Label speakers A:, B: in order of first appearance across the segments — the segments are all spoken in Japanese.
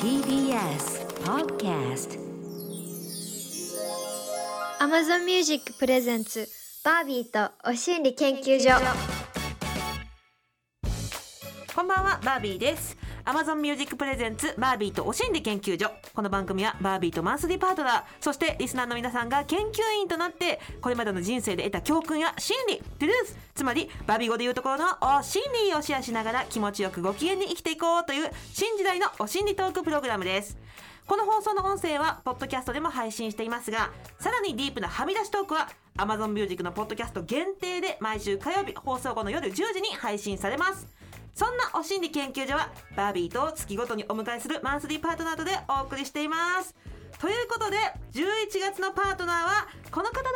A: TBS Podcast
B: Amazon Music プレゼンツバービーとお心理研究所
C: こんばんは、バービーです。Amazon Music Presents バービーとお心理研究所。この番組はバービーとマンスリーパートナー、そしてリスナーの皆さんが研究員となって、これまでの人生で得た教訓や心理、トゥルース、つまりバービー語で言うところのお心理をシェアしながら気持ちよくご機嫌に生きていこうという新時代のお心理トークプログラムです。この放送の音声は、ポッドキャストでも配信していますが、さらにディープなはみ出しトークは、Amazon Music のポッドキャスト限定で毎週火曜日放送後の夜10時に配信されます。そんなお心理研究所はバービーと月ごとにお迎えするマンスリーパートナーとでお送りしています。ということで11月のパートナーはこの方だ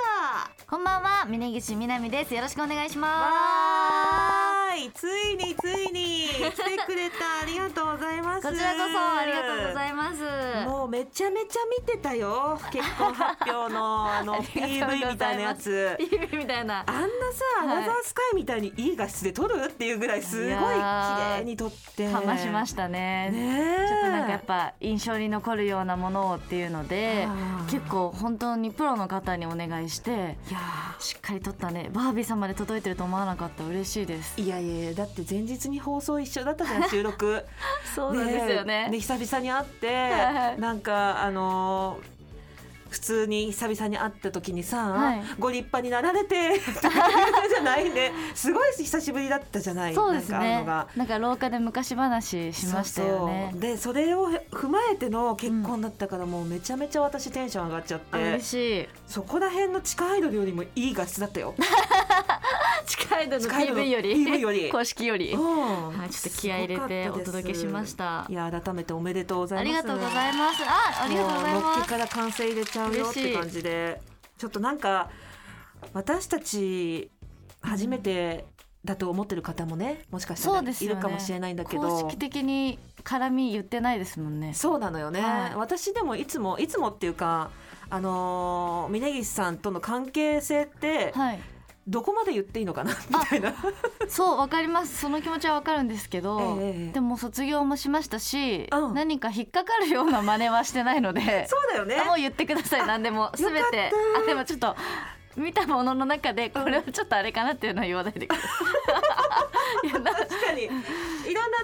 A: こんばんは峯岸みなみですよろしくお願いしま
C: わーいついについに来てくれたありがとうございます
A: すこちらこそありがとうござ
C: い
A: います
C: もうめちゃめちゃ見てたよ結婚発表のあの
A: ありがとうございます
C: PV みたいなやつ
A: TV みたいな
C: あんなさ、
A: はい
C: アナザースカイみたいにいい画質で撮るっていうぐらいすごい綺
A: いやー
C: 麗に撮って
A: かましました
C: た
A: ね
C: ねえ
A: ちょっとなんかやっぱ印象に残るようなものをっていうので
C: あー
A: 結構本当にプロの方にお願いして
C: いや
A: しっかり撮ったねバービーさんまで届いてると思わなかった嬉しいです
C: ーいやいやいやだって前日に放送一緒だったじゃん収録
A: そうなんですよね
C: えで久々に会って、
A: はい
C: なんかあのー普通に久々に会った時にさ、
A: はい
C: ご立派になら れてじゃないねすごい久しぶりだったじゃない
A: そうです
C: なん
A: ね
C: か会うのが
A: なんか廊下で昔話しましたよね
C: そうそうでそれを踏まえての結婚だったから、もうめちゃめちゃ私テンション上がっちゃっ
A: あ
C: て
A: 嬉しい
C: そこら辺の地下アイドルよりもいい画質だっ たよ。
A: 近いの
C: 近いの
A: PV より
C: PV よ り
A: 公式より、
C: う
A: は
C: ん
A: い、ちょっと気合い入れて
C: すごか
A: お
C: ったです
A: 届けしました
C: いや改めておめでとうござ
A: あ
C: い
A: りが
C: ます
A: とうございますあありがとうござい
C: もうのっ
A: ま
C: けから完成入れちゃうよって感じでちょっとなんか私たち初めてだと思ってる方もねもしかした
A: そ
C: ら
A: うです
C: い
A: よね
C: るかもしれないんだ
A: す
C: けど、
A: 公式的に絡み言ってないですもんね
C: そうなのよね、
A: はい
C: 私でもいつもいつもっていうかあのー峯岸さんとの関係性って
A: はい
C: どこまで言っていいのかなみたい な。
A: そうわかりますその気持ちはわかるんですけど、
C: ええええ
A: でも卒業もしましたし、
C: うん
A: 何か引っかかるような真似はしてないので
C: そうだよね
A: あもう言ってください何でもすべてあでもちょっと見たものの中でこれはちょっとあれかなっていうのは言わないでくださいいやな
C: 確かにいろんな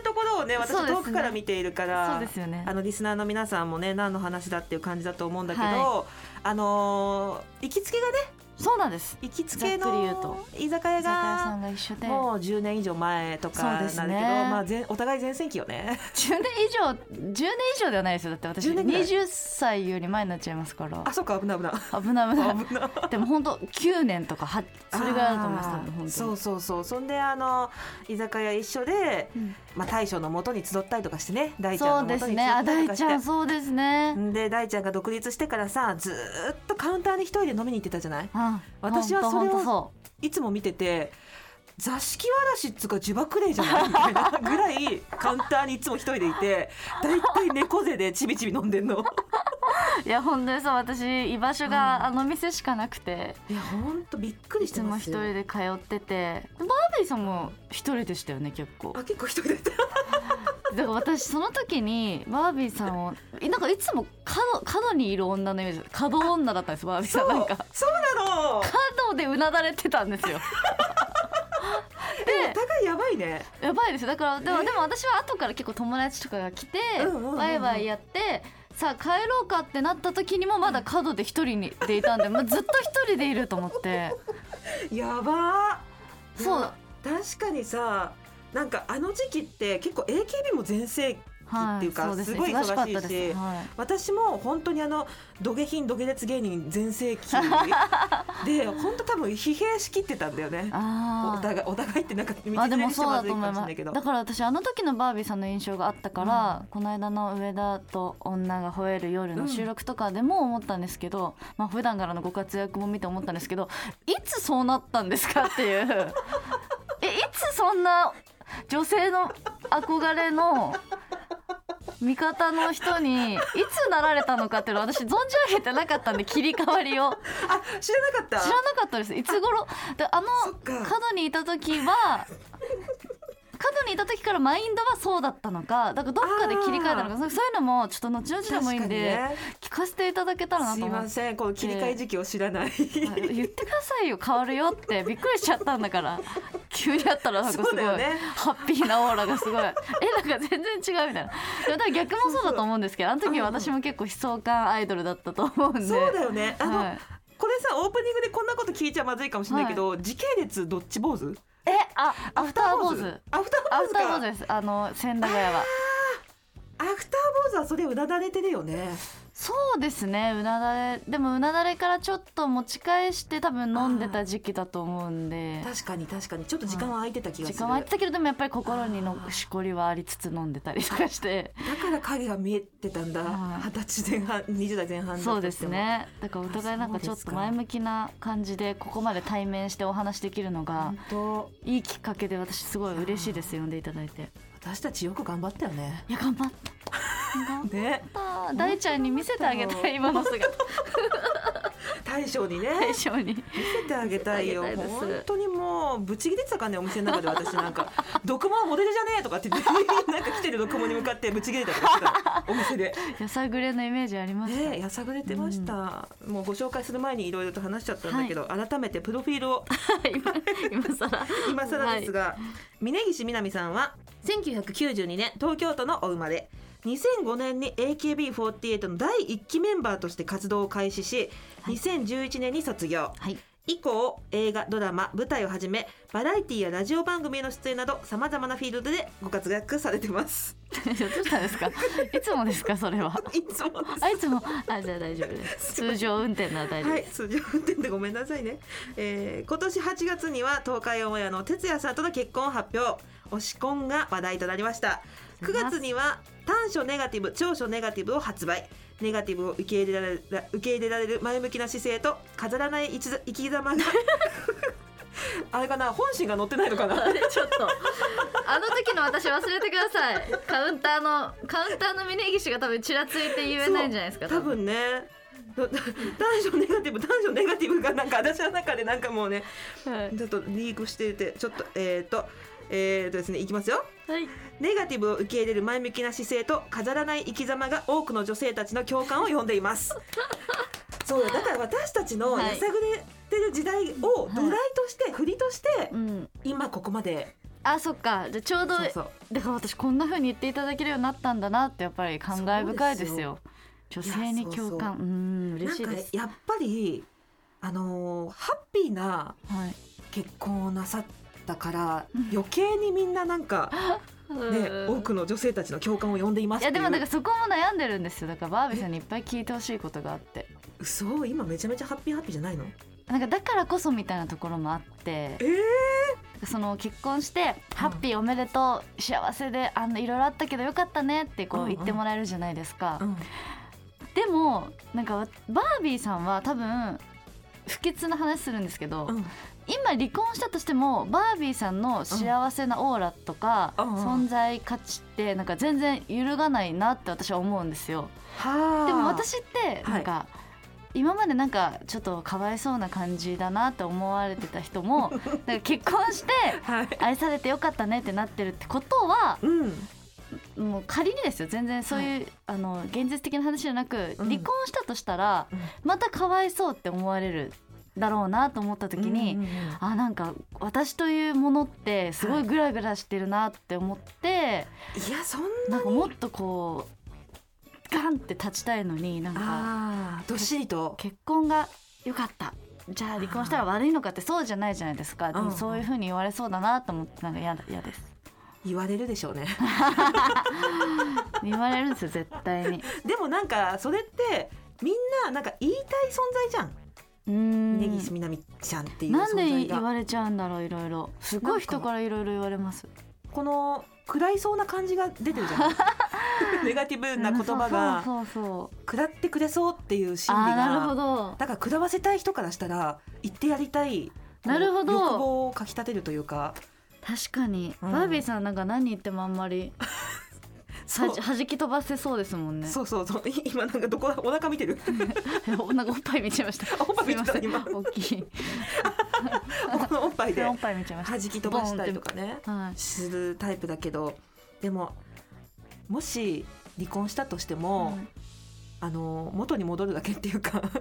C: ところをね私
A: そうですね
C: 遠くから見ているから、
A: そうですよね
C: あのリスナーの皆さんもね何の話だっていう感じだと思うんだけど、
A: は
C: あのー行きつけがね
A: そうなんです
C: 行きつけ
A: ざっくり言うと
C: の居酒
A: 居酒
C: 屋
A: 屋さん
C: が
A: が一緒で
C: もう10年以上前とかなんだけ
A: そ
C: ど、
A: うですね
C: まあ、全お互い全盛期よね
A: 10年以上10年以上ではないですよだって私
C: 10年ぐらい
A: 20歳より前になっちゃいますから
C: あそっか危ない危ない
A: 危ない危ない
C: 危ない
A: でも本当9年とかは それぐらいだと思います多分
C: あ
A: 本当
C: ー
A: に
C: そうそうそうそんであの居酒屋一緒で、
A: うん
C: まあ、大将のもとに集ったりとかしてね大ち
A: そ
C: ゃん
A: う
C: の
A: で
C: もと
A: す
C: に集
A: ね
C: っ
A: あ
C: たりと
A: 大
C: か
A: ち
C: して、
A: ゃんそうですね
C: んで大ちゃんが独立してからさずーっとカウンターに一人で飲みに行ってたじゃない
A: うん
C: 私は
A: ほんと
C: そ
A: ほ
C: れを
A: んとそ
C: いつも見てて座敷わらしっつうか呪縛霊じゃないみた いなぐらいカウンターにいつも一人でいてだいたい猫背でちびちび飲んでんの
A: ういや本当にそう私居場所
C: うん
A: があの店しかなくて
C: いやほんとびっくり
A: い
C: して
A: つ
C: ま
A: も
C: す
A: 一
C: よ
A: 人で通っててバービーさんも一人でしたよね結構
C: あ結構一人だった
A: だから私その時にバービーさんをえなんかいつも角角にいる女のイメージ角女だったんですバービーさ
C: そ
A: ん
C: う
A: なんか
C: そうなの
A: 角でうなだれてたん ですよ
C: お互いやばいね
A: やばいですよだからでも
C: え
A: でも私は後から結構友達とかが来て
C: うんうんうんうん
A: ワイワイやってさあ帰ろうかってなった時にもまだ角で一人にでいたんで、まあ、ずっと一人でいると思って
C: やばー
A: そう
C: いや確かにさなんかあの時期って結構 AKB も全盛期っていうか、
A: そうですね
C: ごい
A: 忙しか
C: 忙
A: っ
C: しい
A: た
C: し
A: です、はい、
C: 私も本当にあの土下品土下劣芸人全盛期 で本当多分疲弊しきってたんだよねお
A: あー
C: 互いお互いってなんか道
A: まあで
C: 連れ
A: も
C: にして
A: そう
C: ま
A: だ
C: ずい
A: と思
C: か
A: い
C: もしれ
A: ま
C: ないけ
A: す
C: ど
A: だから私あの時のバービーさんの印象があったから、この間の「上田と女が吠える夜」の収録とかでも思ったんですけど、まあ普段からのご活躍も見て思ったんですけどいつそうなったんですかっていう えいつそんな女性の憧れの味方の人にいつなられたのかっていうのを私存じ上げてなかったんで切り替わりを
C: あ知らなかった
A: 知らなかったですいつ頃であの
C: そっか
A: 角にいた時は角方にいた時からマインドはそうだったのかだからどっかで切り替えたのかそうそういうのもちょっと後々でもいいんで、
C: 確かにね
A: 聞かせていただけたらな
C: す
A: と
C: い
A: 思っ
C: ま
A: て。
C: せんこの切り替え時期を知らない、
A: あ言ってくださいよ変わるよってびっくりしちゃったんだ から急にやったらなんかす
C: そう
A: ご
C: だ
A: い、
C: よね
A: ハッピーなオーラがすごいえなんか全然違うみたいなでもだから逆もそうだと思うんですけどあの時私も結構悲壮感アイドルだったと思うんで
C: そうだよねあの、
A: はい
C: これさオープニングでこんなこと聞いちゃまずいかもしれないけど、時系列どっち坊主
A: えあアフターボーズ
C: アフター
A: ア
C: 坊主
A: フターボーズ
C: か
A: ですあの千駄ヶ谷は
C: アフター坊主はそれうなだれてるよね
A: そうですねうなだれでもうなだれからちょっと持ち返して多分飲んでた時期だと思うんで
C: 確かに確かにちょっと時間は空いてた気が
A: 時
C: する、
A: 間は空いてたけどでもやっぱり心にのしこりはありつつ飲んでたりとかして
C: だから影が見えてたんだ
A: はい
C: 二十歳前半20代前半だとしても
A: そうですねだからお互いなんかちょっと前向きな感じでここまで対面してお話できるのが
C: 本当
A: いいきっかけで私すごい嬉しいです呼んでいただいて
C: 私たちよく頑張ったよね
A: いや頑張った頑
C: ね
A: 張 った大ちゃんに見せてあげたい今の姿
C: 大将に ね
A: 大将に
C: 見せてあげたいよ
A: 見せてあげたい
C: 本
A: です
C: 当にもうぶち切れてたからねお店の中で私なん か「毒もはモデルじゃねえ」とかって言ってなんか来てる毒もに向かってぶち切れたりしてたお 店で
A: やさぐれのイメージありますか
C: ねやさぐれてました、もうご紹介する前にいろいろと話しちゃったんだけど、改めてプロフィールを
A: 今 今更
C: 今更です
A: が、
C: が、峯岸みなみさんは1992年東京都のお生まれ2005年に AKB48 の第1期メンバーとして活動を開始し、
A: はい
C: 2011年に卒業
A: はい、
C: 以降映画ドラマ舞台をはじめバラエティやラジオ番組への出演などさまざまなフィールドでご活躍されてます
A: はい、どうしたんです かいつもですかそれ はい
C: つもで す
A: あいつもあじゃあ大丈夫です通常運転なら大丈夫
C: は
A: で
C: い、
A: す、
C: 通常運転でごめんなさいね、えー今年8月には東海オンエアの哲也さんとの結婚を発表推し婚が話題となりました9月には短所ネガティブ長所ネガティブを発売ネガティブを受け入れられる受け入れられる前向きな姿勢と飾らない生きざ生き 様があれかな本心が載ってないのかな
A: あれちょっと あの時の私忘れてくださいカウンターのカウンターの峯岸が多分ちらついて言えないんじゃないですか
C: そう多分ねど短所ネガティブ短所ネガティブがなんか私の中でなんかもうね
A: はい、
C: ちょっとリークしててちょっとえっ、とえっ、とですねいきますよ
A: はい、
C: ネガティブを受け入れる前向きな姿勢と飾らない生き様が多くの女性たちの共感を呼んでいます そうだだから私たちの
A: はい
C: やさぐれてる時代を土台として、振りとして
A: うん
C: 今ここまで
A: あそっかじゃあちょうど
C: そうそう
A: だから私こんな風に言っていただけるようになったんだなってやっぱり感慨深いですよ
C: うですよ
A: 女性に共感
C: いやそ
A: う
C: う
A: ーん嬉しい
C: なん
A: で
C: か
A: す
C: やっぱりあのーハッピーな
A: はい
C: 結婚をなさったから余計にみんななんか、ね、
A: うん
C: 多くの女性たちの共感を呼んでいます
A: いやでも
C: って
A: だか
C: う
A: らそこも悩んでるんですよだからバービーさんにいっぱい聞いてほしいことがあって
C: 嘘今めちゃめちゃハッピーハッピーじゃないの
A: なんかだからこそみたいなところもあって
C: えー
A: その結婚して「ハッピーおめでとう幸せであのいろいろあったけどよかったね」ってこ
C: うん
A: う
C: うん
A: 言ってもらえるじゃないですか、
C: うん
A: でもなんかわバービーさんは多分不潔な話するんですけど、
C: うん
A: 今離婚したとしてもバービーさんの幸せなオーラとか、
C: うんうん
A: 存在価値ってなんか全然揺るがないなって私は思うんですよ。
C: はあ
A: でも私って
C: はい
A: なんか、今までなんかちょっとかわいそうな感じだなって思われてた人 もなんか結婚して
C: はい
A: 愛されてよかったねってなってるってことは
C: うん
A: もう仮にですよ全然そういう、あの現実的な話じゃなく、
C: うん
A: 離婚したとしたら
C: うん
A: またかわいそうって思われるだろうなと思った時に、
C: うんうんうん
A: あなんか私というものってすごいグラグラしてるなって思って、
C: いやそん
A: な
C: なん
A: かもっとこうガンって立ちたいのになんか。
C: あーどっしりと
A: 結婚が良かったじゃあ離婚したら悪いのかってそうじゃないじゃないですかで
C: うんう
A: も
C: ん
A: そういうふうに言われそうだなと思ってなんか嫌だ嫌です
C: 言われるでしょ うね
A: 言われるんですよ絶対 に
C: でもなんかそれってみんななんか言いたい存在じゃん
A: うーん
C: 峯岸みなみちゃんっていう
A: なんで
C: 存在
A: 言
C: が
A: われちゃうんだろういろいろすごい人からいろいろ言われます
C: この暗いそうな感じが出てるじ ゃないネガティブな言葉が
A: そうそうそうそう
C: 下ってくれそうっていう心
A: あ
C: 理
A: ーなるほ
C: が
A: ど
C: だから食らわせたい人からしたら言ってやりたいこう
A: なるほど
C: 欲望をかき立てるというか
A: 確かに、
C: うん
A: バービーさんなんか何言ってもあんまり
C: そう
A: はじ弾き飛ばせそうですもんね
C: そうそうそうい今なんかどこお腹見てる
A: なんかおっぱい見ちゃいました
C: おっぱい見ちゃった
A: すいま
C: 今
A: せん大きい
C: このおっぱいで
A: おっぱい見ちゃいました
C: 弾き飛ばしたりとかね
A: はい
C: するタイプだけどでももし離婚したとしても、あの元に戻るだけっていうか絶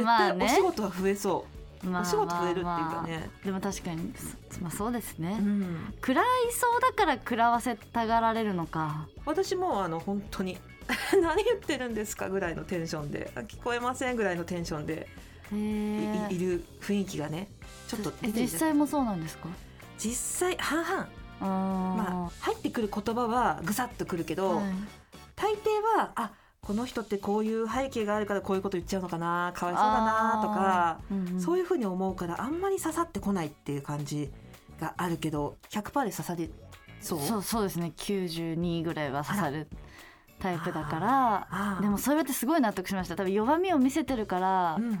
A: まあ
C: 対
A: ね
C: お仕事は増えそう
A: うんまあ
C: お仕事増えるっていう
A: まあ
C: か
A: まあ
C: ね、
A: でも確かにそまあそうですね、
C: うん、
A: 食らいそうだから食らわせたがられるのか
C: 私もあの本当に 何言ってるんですかぐらいのテンションで聞こえませんぐらいのテンションで
A: へ
C: い,い、い
A: え
C: る雰囲気がねちょっと出てる
A: 実
C: じゃん
A: 際もそうなんですか
C: 実際半々、
A: あー、
C: まあ、入ってくる言葉はぐさっとくるけど、
A: はい
C: 大抵はあこの人ってこういう背景があるからこういうこと言っちゃうのかなかわいそうだなとか。
A: あーうんうん
C: そういうふうに思うからあんまり刺さってこないっていう感じがあるけど100%で刺さりそう
A: そうそうですね92ぐらいは刺さるタイプだから
C: ああ
A: でもそれってすごい納得しました多分弱みを見せてるから、
C: うんうんうんうん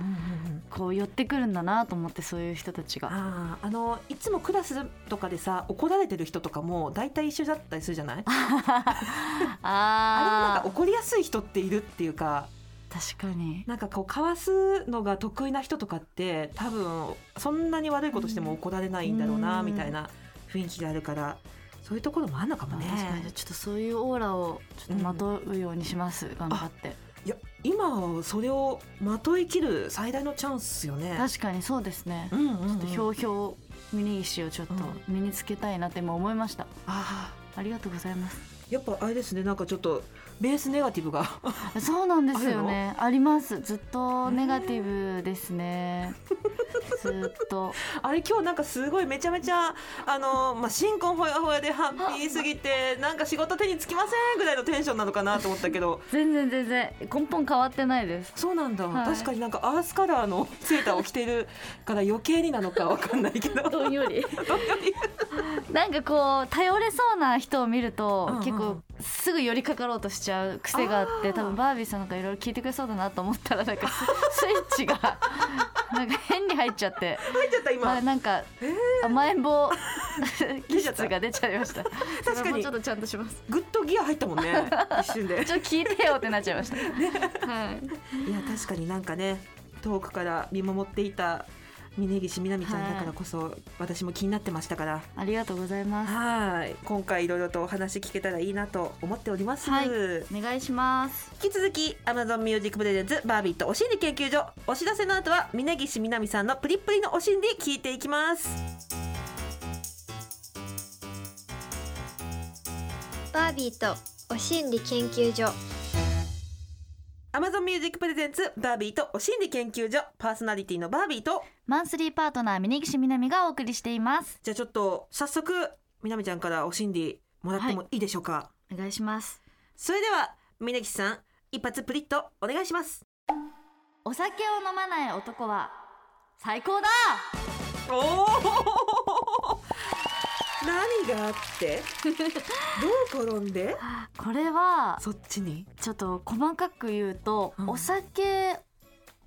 A: こう寄ってくるんだなと思ってそういう人たちが
C: あーあのいつもクラスとかでさ怒られてる人とかも大体一緒だったりするじゃないあれもなん
A: あ
C: か怒りやすい人っているっていうか
A: ー確かに
C: なんかこうかわすのが得意な人とかって多分そんなに悪いことしても怒られないんだろうな
A: うん
C: みたいな雰囲気があるからそういうところもあるのか
A: ま
C: も
A: あ
C: ね
A: 確かにちょっとそういうオーラをちょっとまとうようにします、頑張って
C: いや今はそれをまといきる最大のチャンスよね
A: 確かにそうですね、
C: うんうんうん、
A: ちょっとひょうひょう峰岸をちょっと身につけたいなって今思いました、
C: あ
A: ありがとうございます
C: ーやっぱあれですねなんかちょっとベースネガティブが
A: そうなんですよねありますずっとネガティブです ねずっと
C: あれ今日なんかすごいめちゃめちゃあの、まあ、新婚ほやほやでハッピーすぎてなんか仕事手につきませんぐらいのテンションなのかなと思ったけど
A: 全然全然根本変わってないです
C: そうなんだ、
A: はい
C: 確かになんかアースカラーの セーターを着てるから余計になのかわかんない けど
A: どんより なんかこう頼れそうな人を見ると、
C: うんうん
A: 結構すぐ寄りかかろうとしちゃう癖があって
C: あー
A: 多分バービーさんなんかいろいろ聞いてくれそうだなと思ったらなんかススイッチがなんか変に入っちゃって
C: 入っちゃった
A: まあ
C: 今
A: なんか甘えん 坊気
C: 出ちゃっ
A: 質
C: た
A: が出ちゃいました
C: 確か
A: もう
C: に
A: ちょっとちゃんとします
C: グッとギア入ったも んね一瞬で
A: ちょっと聞いてよってなっちゃいました、はい
C: いや確かになんかね遠くから見守っていた峯岸みなみちゃんだからこそ、私も気になってましたから
A: ありがとうございます
C: はい今回いろいろとお話聞けたらいいなと思っております、
A: はい
C: 引
A: お願いします
C: き続き Amazon ミュージックプレゼンツバービーとお心理研究所お知らせの後は峯岸みなみさんのプリップリのお心理聞いていきます
B: バービーとお心理研究所
C: Amazon ミュージックプレゼンツバービーとお心理研究所パーソナリティのバービーと
A: マンスリーパートナー峯岸みなみがお送りしています
C: じゃあちょっと早速みなみちゃんからお心理もらってもいいでしょうか、
A: お願いします
C: それでは峯岸さん一発プリッとお願いします
A: お酒を飲まない男は最高だ
C: おお 何があって どう転んで
A: これは
C: そっちに
A: ちょっと細かく言うと、
C: うん
A: お酒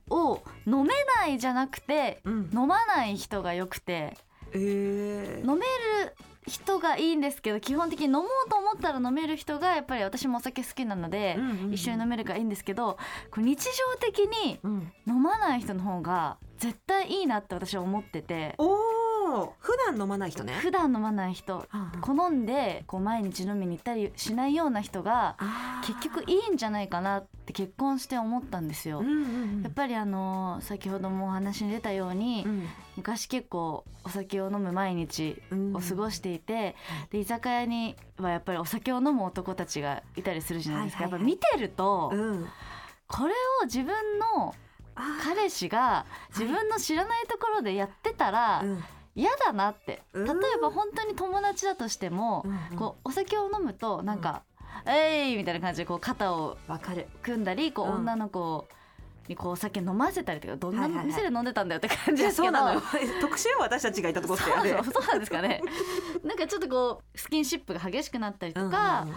A: を飲めないじゃなくて
C: うん
A: 飲まない人がよくて
C: えー
A: 飲める人がいいんですけど基本的に飲もうと思ったら飲める人がやっぱり私もお酒好きなので、
C: うんうんうん
A: 一緒に飲めるからいいんですけどこう日常的に
C: うん
A: 飲まない人の方が絶対いいなって私は思ってて
C: おお普段飲まない人ね
A: 普段飲まない人好んでこう毎日飲みに行ったりしないような人が結局いいんじゃないかなって結婚して思ったんですよ。やっぱりあのー先ほどもお話に出たように、昔結構お酒を飲む毎日を過ごしていて、で居酒屋にはやっぱりお酒を飲む男たちがいたりするじゃないですか、
C: はいはい
A: や
C: はい
A: っぱ見てると、
C: うん
A: これを自分の彼氏が自分の知らないところでやってたら嫌だなって
C: う
A: 例
C: ん
A: えば本当に友達だとしても、こうお酒を飲むとなんか「えい!」みたいな感じでこう肩を
C: うわかる
A: 組んだりこう
C: うん
A: 女の子にこうお酒飲ませたりとかどんな
C: はいはいはい
A: 店で飲んでたんだよって感じ
C: い
A: で
C: や
A: す
C: そ
A: け
C: う
A: ど。
C: なのよ 特集は私たちがいたとこってやで
A: そうそうそうなんですかねなんかちょっとこうスキンシップが激しくなったりとか、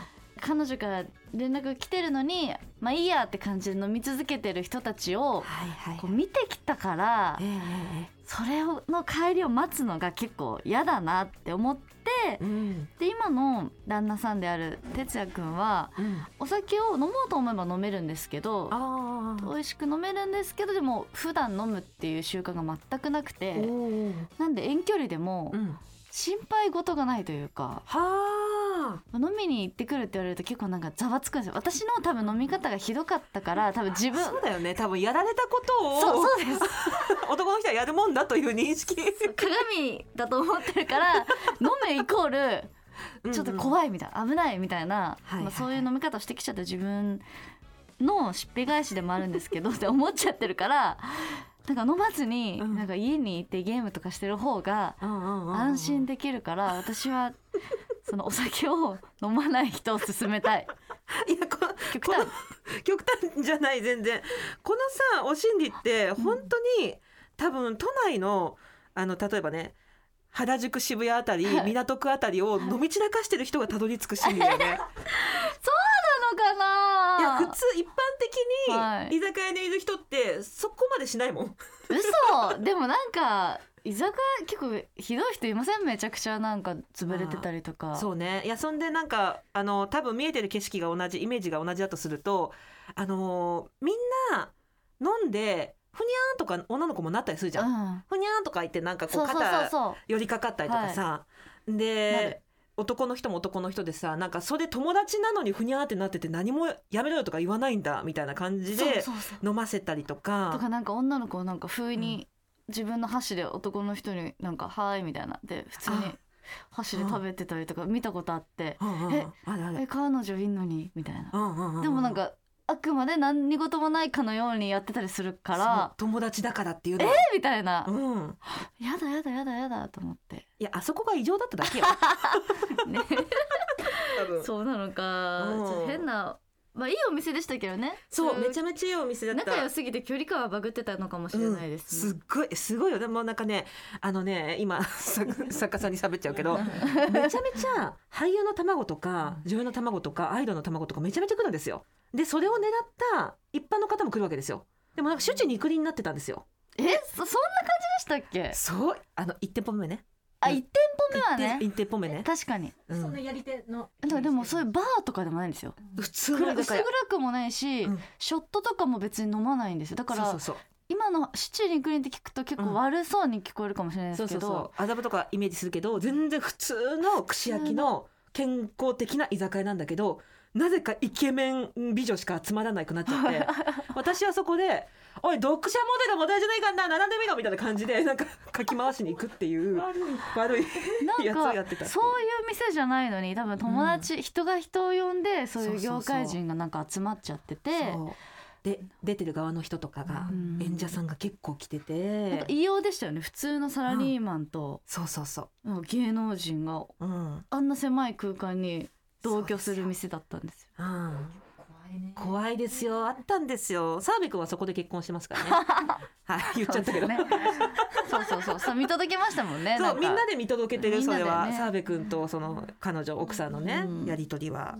A: 彼女から連絡が来てるのにまあいいやって感じで飲み続けてる人たちを
C: はいはい
A: こう見てきたから
C: ええええええ
A: それの帰りを待つのが結構嫌だなって思っって
C: うん
A: で今の旦那さんである哲也くんは
C: うん、
A: お酒を飲もうと思えば飲めるんですけど
C: あ
A: 美味しく飲めるんですけどでも普段飲むっていう習慣が全くなく
C: あ
A: て
C: お
A: なんで遠距離でも
C: うん、は
A: 心配事がないというか
C: あ
A: 飲みに行ってくるって言われると結構なんかざわつくんですよ私の多分飲み方がひどかったから多分自分
C: そうだよね多分やられたことを
A: そうそうです
C: 男の人はやるもんだという認識
A: 鏡だと思ってる から飲めイコールちょっと
C: い、
A: 怖いみたいな危ないみたいな、
C: はいはい
A: まあ、そういう飲み方をしてきちゃった自分のしっぺ返しでもあるんです けどって思っちゃってるからなんか飲まずに、
C: うん
A: なんか家にいてゲームとかしてる方が
C: うんうんうんうん
A: 安心できるから、私はそのお酒を飲まない人を勧めたい
C: いやこ
A: 極
C: こ
A: 端
C: の 極端じゃない全然このさお心理って本当に、多分都内のあの例えばね原宿渋谷あたり、
A: はい
C: 港区あたりを飲み散らかしてる人がたどり着く心理だ よね。いや
A: なのか
C: 普
A: な
C: 通一般的に、
A: はい
C: 居酒屋にいる人ってそこまでしないもん。
A: 嘘でもなんか居酒屋結構ひどい人いませんめちゃくちゃなんか潰れてたりとか
C: そうねいやそんでなんかあの多分見えてる景色が同じイメージが同じだとするとあのーみんな飲んでふにゃーんとか女の子もなったりするじゃん。
A: うん
C: ふにゃーんとか言ってなんかこ
A: そううそうそう
C: 肩
A: そう
C: 寄りかかったりとかさ、
A: な
C: で
A: る
C: 男の人も男の人でさなんかそれ友達なのにふにゃーってなってて何もやめろよとか言わないんだみたいな感じ
A: そう
C: で
A: そうそう
C: 飲ませたりとか
A: とかなんか女の子をなんか不意に自分の箸で男の人になんか「はーい」みたいなで普通に
C: あ
A: 箸で食べてたりとか見たことあって
C: うんうんうん
A: え
C: あるあ
A: 「
C: る
A: え彼女いんのに」みたいな
C: うんうんうう
A: でもなんかあくまで何事もないかのようにやってたりするから
C: そう友達だからっていう
A: え
C: のは
A: ーみたいな
C: うん、
A: 「やだやだやだやだ」と思って
C: いやあそこが異常だっただけよ
A: ね
C: 多分
A: そうなのか
C: うん
A: ちょっと変なまあいいお店でしたけどね
C: そうめち
A: ゃ
C: ゃめちゃいいお店だった
A: 仲良すぎて距離感はバグってたのかもしれないです
C: うん、すっごいすごいよでもなんかねあのね今作作家さんに喋っちゃうけど
A: ね
C: めちゃめちゃ俳優の卵とか女優の卵とかアイドルの卵とかめちゃめちゃ来るんですよでそれを狙った一般の方も来るわけですよでもなんか周知肉林になってたんですよ
A: えそそんな感じでしたっけ
C: そうあの一店舗目ね
A: あ
C: うん
A: 1店舗目はね
C: 一店舗目ね、
A: 確かに
C: うん
D: そのやり手の。
A: だからでもそういうバーとかでもないんですよ
C: 普通の
A: 暗
C: 居
A: 薄
C: 酒屋
A: 暗くもないし、
C: うん
A: ショットとかも別に飲まないんですよだから
C: そうそう
A: 今のシチューにクリンって聞くと結
C: うん
A: 構悪そうに聞こえるかもしれないで
C: そう
A: す
C: そ
A: け
C: うそ
A: ど、
C: う麻布とかイメージするけど全然普通の串焼きの健康的な居酒屋なんだけどなぜかイケメン美女しか集まらなくなっちゃって 私はそこで「おい読者モデルも大事ないかな並んでみろ」みたいな感じでなんかかき回しに行くっていう悪いやつを
A: な
C: や
A: ん
C: ってた
A: かそういう店じゃないのに多分友達、人が人を呼んでそういう業界人がなんか集まっちゃってて
C: そうで出てる側の人とかが
A: うん
C: 演者さんが結構来て
A: なんか
C: て
A: 異様でしたよね普通のサラリーマンと、
C: そうそうそ
A: なんか芸能人が
C: ううん、
A: あんな狭い空間に同居する店だったんですよ。
C: うん、
D: 怖いね。
C: 怖いですよあったんですよ澤部君はそこで結婚してますか らねはい言っちゃったけど
A: そうですね。そうそうそうそう見届けましたもんね。
C: そうみんな
A: で
C: で見届けてる
A: みん
C: そ
A: なで
C: れ
A: ね
C: は澤部君とその彼女奥さんのね
A: うん
C: やり取りは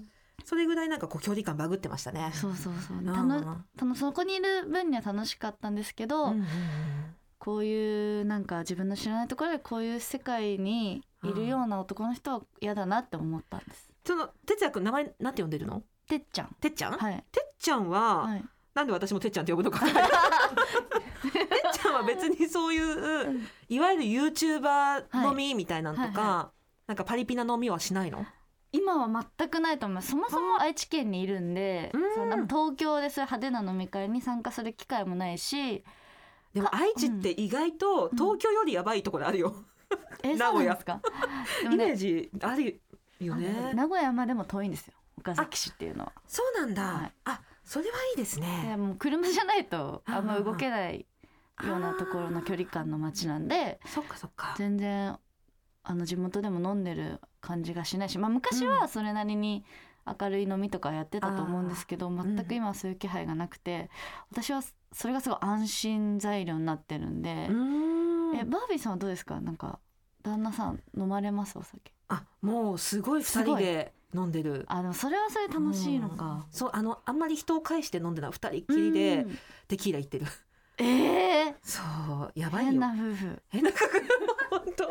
C: それぐらいなんかこう距離感バグってましたね。
A: そうそうそう。
C: うん
A: たのたのそこにいる分には楽しかったんですけど、
C: うんうん
A: こういうなんか自分の知らないところでこういう世界にいるような男の人は嫌だなって思ったんです。
C: その哲也君名前なんて呼んでるの
A: てっちゃん。
C: てっちゃん、
A: はい
C: てっちゃんは、
A: はい。
C: なんで私もてっちゃんって呼ぶのか てっちゃんは別にそういういわゆる YouTuber 飲みみたいなのとか、
A: はいはい
C: なんかパリピな飲みはしないの
A: 今は全くないと思いますそもそも愛知県にいるんで、
C: うん
A: そんな東京でそういう派手な飲み会に参加する機会もないし
C: でも愛知って意外と東京よりやばいところあるよ、
A: えそうなんですかでも
C: 名古屋 イメー
A: ね
C: ジあるよね
A: 名古屋までも遠いんですよ岡崎市っていうのは
C: そうなんだ、
A: はい
C: あそれはいいです
A: い
C: ね
A: やもう車じゃないとあんま動けないようなところの距離感の街なんで
C: そっかそっか
A: 全然あの地元でも飲んでる感じがしないし、まあ、昔はそれなりに明るい飲みとかやってたと思うんですけど、
C: ー
A: 全く今はそういう気配がなくて私はそれがすごい安心材料になってるんで、
C: うーん
A: えバービーさんはどうですかなんか旦那さん飲まれますお酒
C: あもうすごい二
A: す
C: 人
A: ごい
C: で飲んでる
A: あでもそれはそれで楽しいのか、
C: そうあのあんまり人を介して飲んでない二人っきりで
A: うん
C: テキーラ行ってる
A: ええ
C: そうやばい
A: 変
C: よ
A: な夫婦
C: 変な格好本当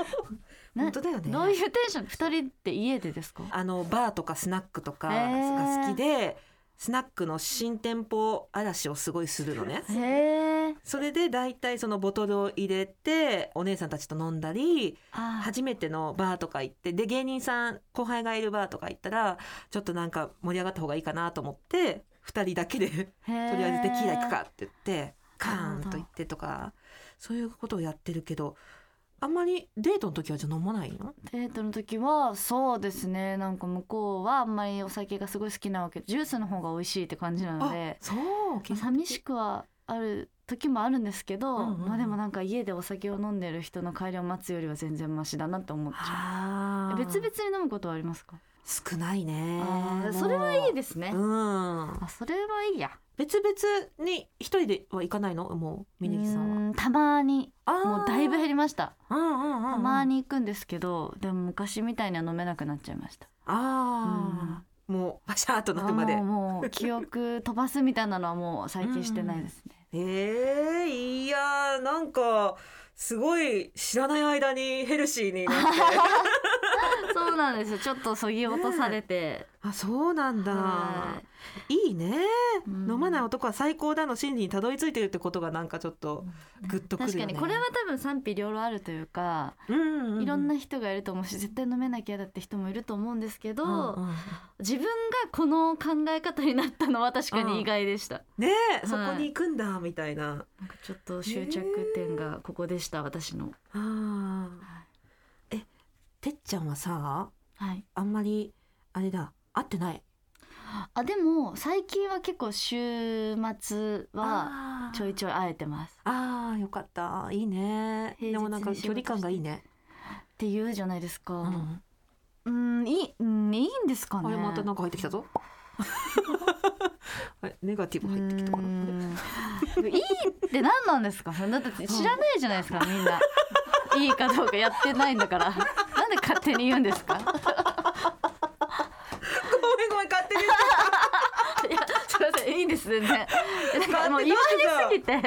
A: な
C: 本当だよね
A: どういうテンション二人って家でですか
C: あのバーとかスナックとか
A: へー
C: が好きで、スナックの新店舗嵐をすごいするのね
A: へえ
C: それで大体そのボトルを入れてお姉さんたちと飲んだり
A: あ
C: 初めてのバーとか行ってで芸人さん後輩がいるバーとか行ったらちょっとなんか盛り上がった方がいいかなと思って2人だけでと
A: とり
C: りあえずテキーラ行くかって言ってカ
A: なるほ
C: ーン
A: ど
C: と行ってとかそういうことをやってるけどあんまりデートの時はじゃあ飲まないの
A: デートの時はそうですねなんか向こうはあんまりお酒がすごい好きなわけジュースの方が美味しいって感じなの
C: あ
A: で
C: そう
A: まあ寂しくはある時もあるんですけど、
C: うんうんうん
A: まあでもなんか家でお酒を飲んでる人の帰りを待つよりは全然マシだなって思っちゃ
C: あ
A: う
C: ー
A: 別々に飲むことはありますか
C: 少ないね
A: あー
C: もう
A: それはいいですね、
C: うん
A: あそれはいいや
C: 別々に一人では行かないのもう峯岸さんは
A: うーたまに
C: あー
A: もうだいぶ減りました
C: うんうんうんうん
A: たまに行くんですけどでも昔みたいには飲めなくなっちゃいました
C: ああ、もうパシャーっとなるまで
A: あー。もう記憶飛ばすみたいなのはもう最近してないですね。
C: ええいやーなんかすごい知らない間にヘルシーになって
A: そうなんですよ。ちょっとそぎ落とされて、
C: あそうなんだ
A: はい
C: いね、
A: うん
C: 飲まない男は最高だの心理にたどり着いてるってことがなんかちょっとグッと
A: い
C: くる
A: 確
C: よね
A: かにこれは多分賛否両論あるというか、
C: うんうんうん
A: いろんな人がいると思うし絶対飲めなきゃだって人もいると思うんですけど、
C: うんうん
A: 自分がこの考え方になったのは確かに意外でした。
C: ねえ、
A: い
C: そこに行くんだみたいな
A: なんかちょっと執着点がここでした、私の。
C: あーえてっちゃんはさ
A: はい。
C: あんまりあれだ会ってない
A: あでも最近は結構週末は
C: あー
A: ちょいちょい会えてます。
C: あーよかったいいね
A: 平日に
C: でもなんか距離感がいい
A: っ
C: ね、
A: て言うじゃないですか。
C: うん
A: うん、いい、うんいいんですかね。
C: あれまたなんか入ってきたぞ あれネガティブ入ってきたか
A: うー
C: なん
A: いいって何なんですか。それだって知らないじゃない ですか、みんな。いいかどうかやってないんだから。なんで勝手に言うんです か。
C: ごめんごめん勝手に言っ
A: いや、すみません、いいんです全然。なんかもう言われすぎて。
C: ただっ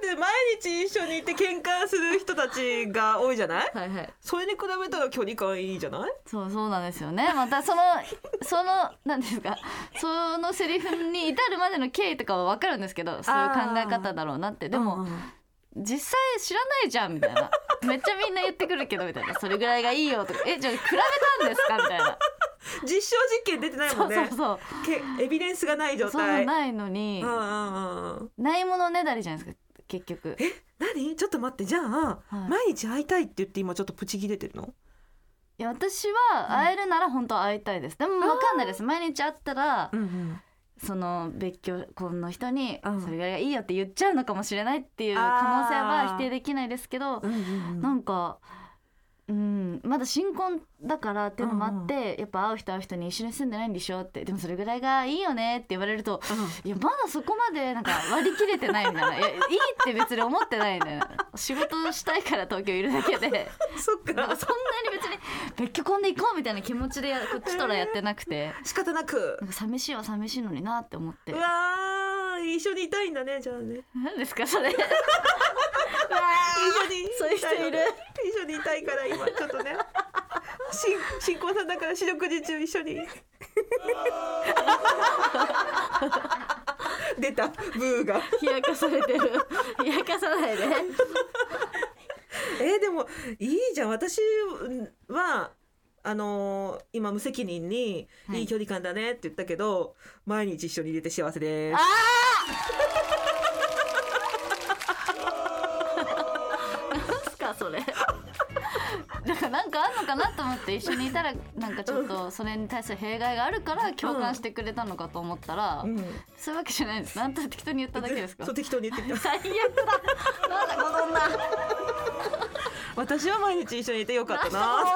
C: て毎日一緒にいて喧嘩する人たちが多いじゃない
A: はいはい。
C: それに比べたら距離感いいじゃない
A: そうそうなんですよね。またそのそのなんですか。そのセリフに至るまでの経緯とかは分かるんですけど、そういう考え方だろうなって。でも。
C: うんうん
A: 実際知らないじゃんみたい なめっちゃみんな言ってくるけどみたいなそれぐらいがいいよとかえじゃあ比べたんですかみたいな
C: 実証実験出てない
A: そ
C: もん
A: うそ
C: ね
A: うそう
C: けエビデンスがない状
A: そう
C: 態
A: ないのに、
C: うんうんうん
A: ないものねだりじゃないですか結局
C: え何ちょっと待ってじゃあ、
A: はい
C: 毎日会いたいって言って今ちょっとプチ切れてるの
A: いや私は会えるなら本当は会いたいですでも分かんないです毎日会ったら
C: うんうん
A: その別居婚の人に
C: うん
A: それぐらいがいいよって言っちゃうのかもしれないっていう可能性は否定できないですけど
C: うんうんうん
A: なんか、うん、まだ新婚だからっていうのもあって、やっぱ会う人会う人に一緒に住んでないんでしょってでもそれぐらいがいいよねって言われるといやまだそこまでなんか割り切れてないみたいないやいいって別に思ってないみたいな仕事したいから東京いるだけで
C: そっ
A: なんか
C: か
A: そんなに別に別居婚で行こうみたいな気持ちでやこっちとらやってなくて
C: 仕方なく
A: なんか寂しいは寂しいのになって思って
C: うわー一緒にいたいんだねじゃあね
A: 何ですか それ
C: 一緒に
A: そういう人いる
C: 一緒にいたいから今ちょっとね新新婚さんだから四六時中一緒に出たブーが
A: 冷やかされてる冷やかさないで
C: えーでもいいじゃん私はあのー今無責任に
A: はい
C: いい距離感だねって言ったけど、毎日一緒に入れて幸せで
A: あ
C: す
A: なんすかそれなんかなんかあんのかなと思って一緒にい たらなんかちょっとそれに対する弊害があるから共感してくれたのかと思ったら、
C: うん
A: そういうわけじゃないですなんと適当に言っただけです か
C: そう適当に言ってきた
A: 最悪だなんだこの女
C: 私は毎日一緒にいてよかった
A: なんだ
C: な
A: この女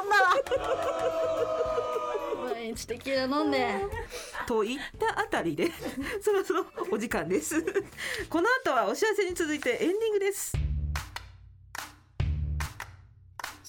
A: は 毎日テキーラ飲んで
C: といったあたりで そろそろお時間です この後はお知らせに続いてエンディングです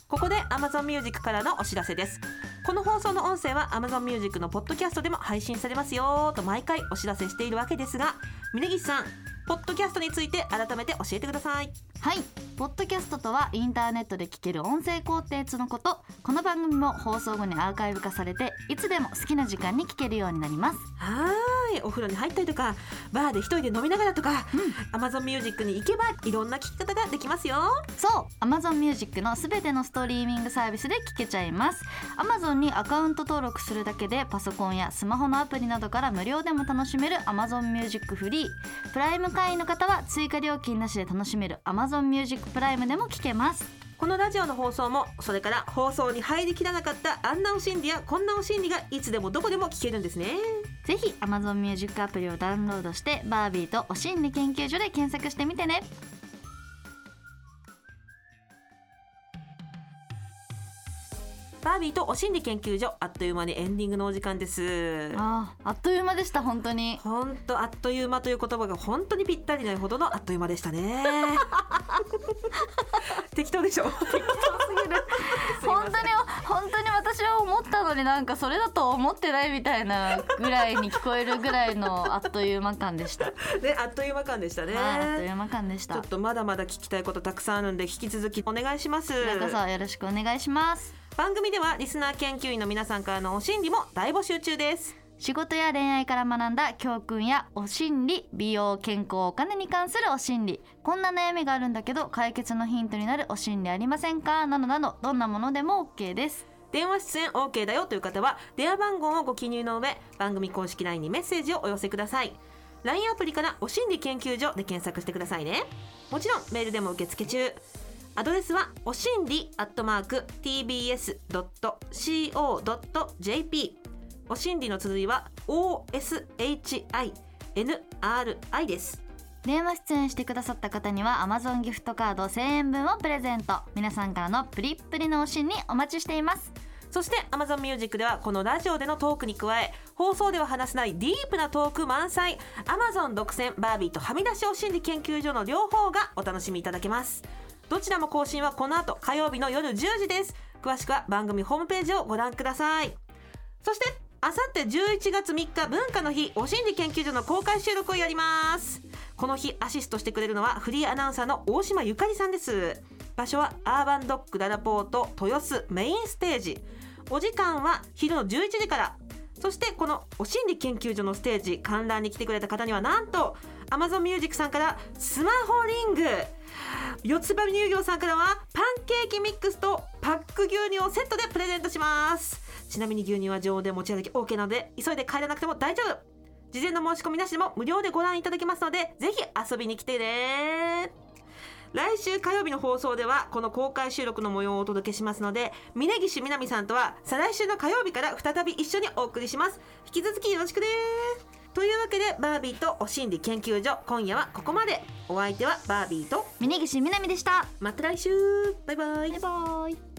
C: ここで Amazon Music からのお知らせですこの放送の音声は Amazon Music のポッドキャストでも配信されますよと毎回お知らせしているわけですが峯岸さんポッドキャストについて改めて教えてください
A: はいポッドキャストとはインターネットで聞ける音声コンテンツのことこの番組も放送後にアーカイブ化されていつでも好きな時間に聞けるようになります
C: はーいお風呂に入ったりとかバーで一人で飲みながらとか、Amazon Music に行けばいろんな聞き方ができますよ
A: そう Amazon Music のすべてのストリーミングサービスで聞けちゃいます Amazon にアカウント登録するだけでパソコンやスマホのアプリなどから無料でも楽しめる Amazon Music フリープライム会員の方は追加料金なしで楽しめる Amazon Music プライムでも聞けます
C: このラジオの放送もそれから放送に入りきらなかったあんなお心理やこんなお心理がいつでもどこでも聞けるんですね
A: ぜひ Amazon Music アプリをダウンロードしてバービーとお心理研究所で検索してみてね
C: バービーとお心理研究所あっという間にエンディングのお時間です
A: あああっという間でした本当に
C: ほんとあっという間という言葉が本当にぴったりなほどのあっという間でしたね 適当でしょ
A: 本当に本当に私は思ったのになんかそれだと思ってないみたいなぐらいに聞こえるぐらいのあっという間感でした、はい、
C: ねあっという間感でしたね、
A: あっという間感でし
C: ちょ
A: た
C: っとまだまだ聞きたいことたくさんあるんで引き続きお願いします
A: これこそよろしくお願いします
C: 番組ではリスナー研究員の皆さんからのお心理も大募集中です
A: 仕事や恋愛から学んだ教訓やお心理美容健康お金に関するお心理こんな悩みがあるんだけど解決のヒントになるお心理ありませんかなどなどどんなものでも OK です
C: 電話出演 OK だよという方は電話番号をご記入の上番組公式 LINE にメッセージをお寄せください LINE アプリから「お心理研究所」で検索してくださいねもちろんメールでも受付中アドレスはお心理アットマーク tbs.co.jp お心理の綴りは OSHINRI です
A: 電話出演してくださった方には Amazon ギフトカード1000円分をプレゼント皆さんからのプリップリのお心理お待ちしています
C: そして Amazon Music ではこのラジオでのトークに加え放送では話せないディープなトーク満載 Amazon 独占バービーとはみ出しお心理研究所の両方がお楽しみいただけますどちらも更新はこの後火曜日の夜10時です詳しくは番組ホームページをご覧くださいそしてあさって11月3日文化の日お心理研究所の公開収録をやりますこの日アシストしてくれるのはフリーアナウンサーの大島ゆかりさんです場所はアーバンドッグララポート豊洲メインステージお時間は昼の11時からそしてこのお心理研究所のステージ観覧に来てくれた方にはなんと Amazon Music さんからスマホリング四つ葉乳業さんからはパンケーキミックスとパック牛乳をセットでプレゼントしますちなみに牛乳は常温で持ち歩き OK なので急いで帰らなくても大丈夫事前の申し込みなしでも無料でご覧いただけますのでぜひ遊びに来てね来週火曜日の放送ではこの公開収録の模様をお届けしますので峯岸みなみさんとは再来週の火曜日から再び一緒にお送りします引き続きよろしくねというわけでバービーとお心理研究所今夜はここまでお相手はバービーと
A: 峯岸みなみでした
C: また来週バイバイ
A: バイバイ